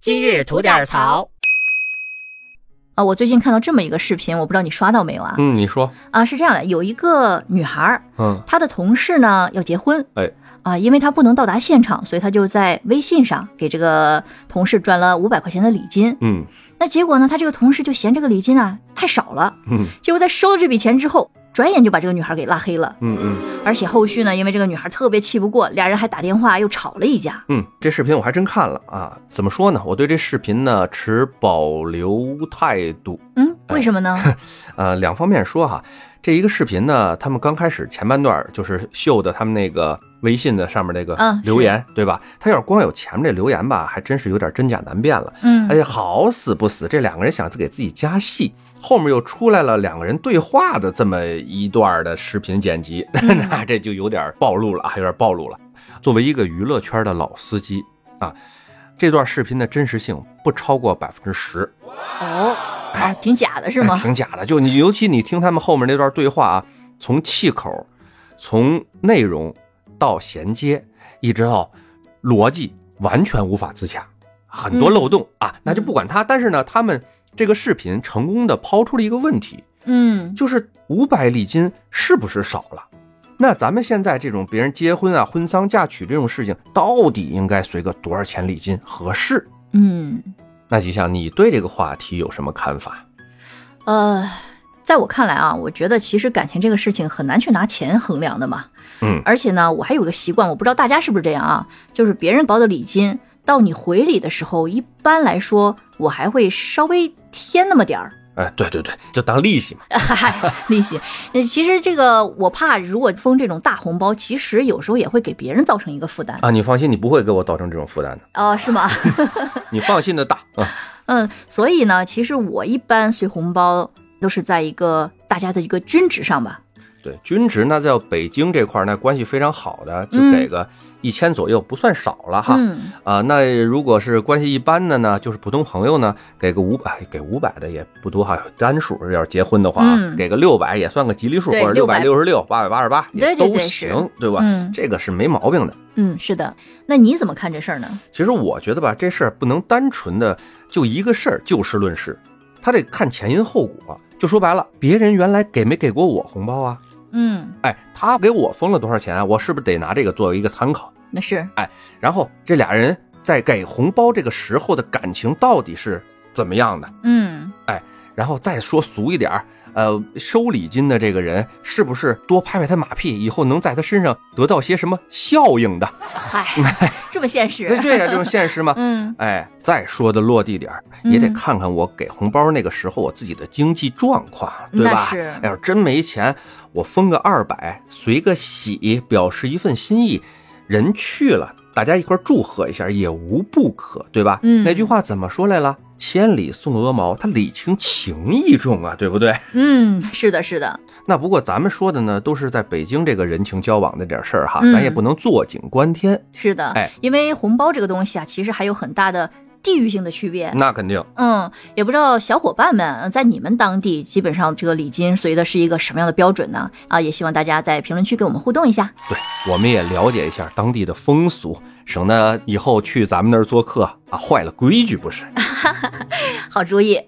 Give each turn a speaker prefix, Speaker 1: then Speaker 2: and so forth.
Speaker 1: 今日吐点槽。
Speaker 2: 啊，我最近看到这么一个视频，我不知道你刷到没有啊？
Speaker 3: 嗯，你说，
Speaker 2: 啊，是这样的，有一个女孩儿，
Speaker 3: 嗯，
Speaker 2: 她的同事呢要结婚，
Speaker 3: 哎，
Speaker 2: 啊，因为她不能到达现场，所以她就在微信上给这个同事转了五百块钱的礼金。
Speaker 3: 嗯
Speaker 2: 那结果呢，她这个同事就嫌这个礼金啊太少了，
Speaker 3: 嗯
Speaker 2: 结果在收了这笔钱之后，转眼就把这个女孩给拉黑了。
Speaker 3: 嗯嗯
Speaker 2: 而且后续呢，因为这个女孩特别气不过，俩人还打电话又吵了一架。
Speaker 3: 嗯，这视频我还真看了啊。怎么说呢？我对这视频呢持保留态度。
Speaker 2: 嗯，为什么呢？
Speaker 3: 呃，两方面说哈，这一个视频呢，他们刚开始前半段儿就是秀的他们那个微信的上面那个
Speaker 2: 嗯
Speaker 3: 留言，对吧？他要是光有前面这留言吧，还真是有点真假难辨了。
Speaker 2: 嗯
Speaker 3: 哎，呀，好死不死，这两个人想给自己加戏，后面又出来了两个人对话的这么一段的视频剪辑， 那这就有点暴露了啊，有点暴露了。作为一个娱乐圈的老司机啊，这段视频的真实性不超过百分之十，
Speaker 2: 哦，啊，挺假的是吗？
Speaker 3: 哎挺假的。就你，尤其你听他们后面那段对话啊，从气口，从内容到衔接，一直到逻辑，完全无法自洽，很多
Speaker 2: 嗯
Speaker 3: 漏洞、啊。那就不管它，但是呢，他们这个视频成功的抛出了一个问题，
Speaker 2: 嗯
Speaker 3: 就是五百礼金是不是少了？那咱们现在这种别人结婚啊、婚丧嫁娶这种事情，到底应该随个多少钱礼金合适？
Speaker 2: 嗯。
Speaker 3: 那吉祥，你对这个话题有什么看法？
Speaker 2: 呃，在我看来啊，我觉得其实感情这个事情很难去拿钱衡量的嘛。
Speaker 3: 嗯
Speaker 2: 而且呢，我还有一个习惯，我不知道大家是不是这样啊，就是别人包的礼金，到你回礼的时候，一般来说我还会稍微添那么点儿。
Speaker 3: 哎，对对对，就当利息嘛。
Speaker 2: 嗨，利息。呃其实这个我怕，如果封这种大红包，其实有时候也会给别人造成一个负担。
Speaker 3: 啊，你放心，你不会给我造成这种负担的，
Speaker 2: 哦，是吗？
Speaker 3: 你放心的大啊。
Speaker 2: 嗯，所以呢，其实我一般随红包都是在一个大家的一个均值上吧。
Speaker 3: 对，均值那在北京这块儿，那关系非常好的，就
Speaker 2: 嗯
Speaker 3: 给个一千左右，不算少了哈。
Speaker 2: 嗯
Speaker 3: 啊，那如果是关系一般的呢，就是普通朋友呢，给个五百，给五百的也不多哈，单数要是结婚的话啊，
Speaker 2: 嗯
Speaker 3: 给个六百也算个吉利数，
Speaker 2: 对
Speaker 3: 或者六百六十六、八百八十八也
Speaker 2: 对对
Speaker 3: 都
Speaker 2: 对是
Speaker 3: 行，对吧？
Speaker 2: 嗯
Speaker 3: 这个是没毛病的。
Speaker 2: 嗯，是的。那你怎么看这事儿呢？
Speaker 3: 其实我觉得吧，这事儿不能单纯的就一个事儿就事论事，他得看前因后果。就说白了，别人原来给没给过我红包啊？
Speaker 2: 嗯，
Speaker 3: 哎，他给我封了多少钱啊？我是不是得拿这个作为一个参考？
Speaker 2: 那是，
Speaker 3: 哎然后这俩人在给红包这个时候的感情到底是怎么样的？
Speaker 2: 嗯
Speaker 3: 然后再说俗一点儿，呃，收礼金的这个人是不是多拍拍他马屁，以后能在他身上得到些什么效应的？
Speaker 2: 嗨，这么现实。
Speaker 3: 对对呀、这种 现实嘛。
Speaker 2: 嗯
Speaker 3: 哎，再说的落地点儿，
Speaker 2: 嗯
Speaker 3: 也得看看我给红包那个时候我自己的经济状况，对
Speaker 2: 那
Speaker 3: 吧？
Speaker 2: 是
Speaker 3: 哎，要真没钱，我封个二百，随个喜，表示一份心意。人去了，大家一块儿祝贺一下，也无不可，对吧？
Speaker 2: 嗯
Speaker 3: 那句话怎么说来了？千里送鹅毛，他礼轻情意重啊，对不 对？
Speaker 2: 嗯，是的，是的，
Speaker 3: 那不过咱们说的呢，都是在北京这个人情交往的点儿事儿哈，
Speaker 2: 嗯
Speaker 3: 咱也不能坐井观天，
Speaker 2: 是的。
Speaker 3: 哎
Speaker 2: 因为红包这个东西啊，其实还有很大的地域性的区别。
Speaker 3: 那肯定。
Speaker 2: 嗯，也不知道小伙伴们呃在你们当地，基本上这个礼金随的是一个什么样的标准呢？啊，也希望大家在评论区给我们互动一下。
Speaker 3: 对，我们也了解一下当地的风俗，省得以后去咱们那儿做客啊，坏了规矩不是？
Speaker 2: 好主意。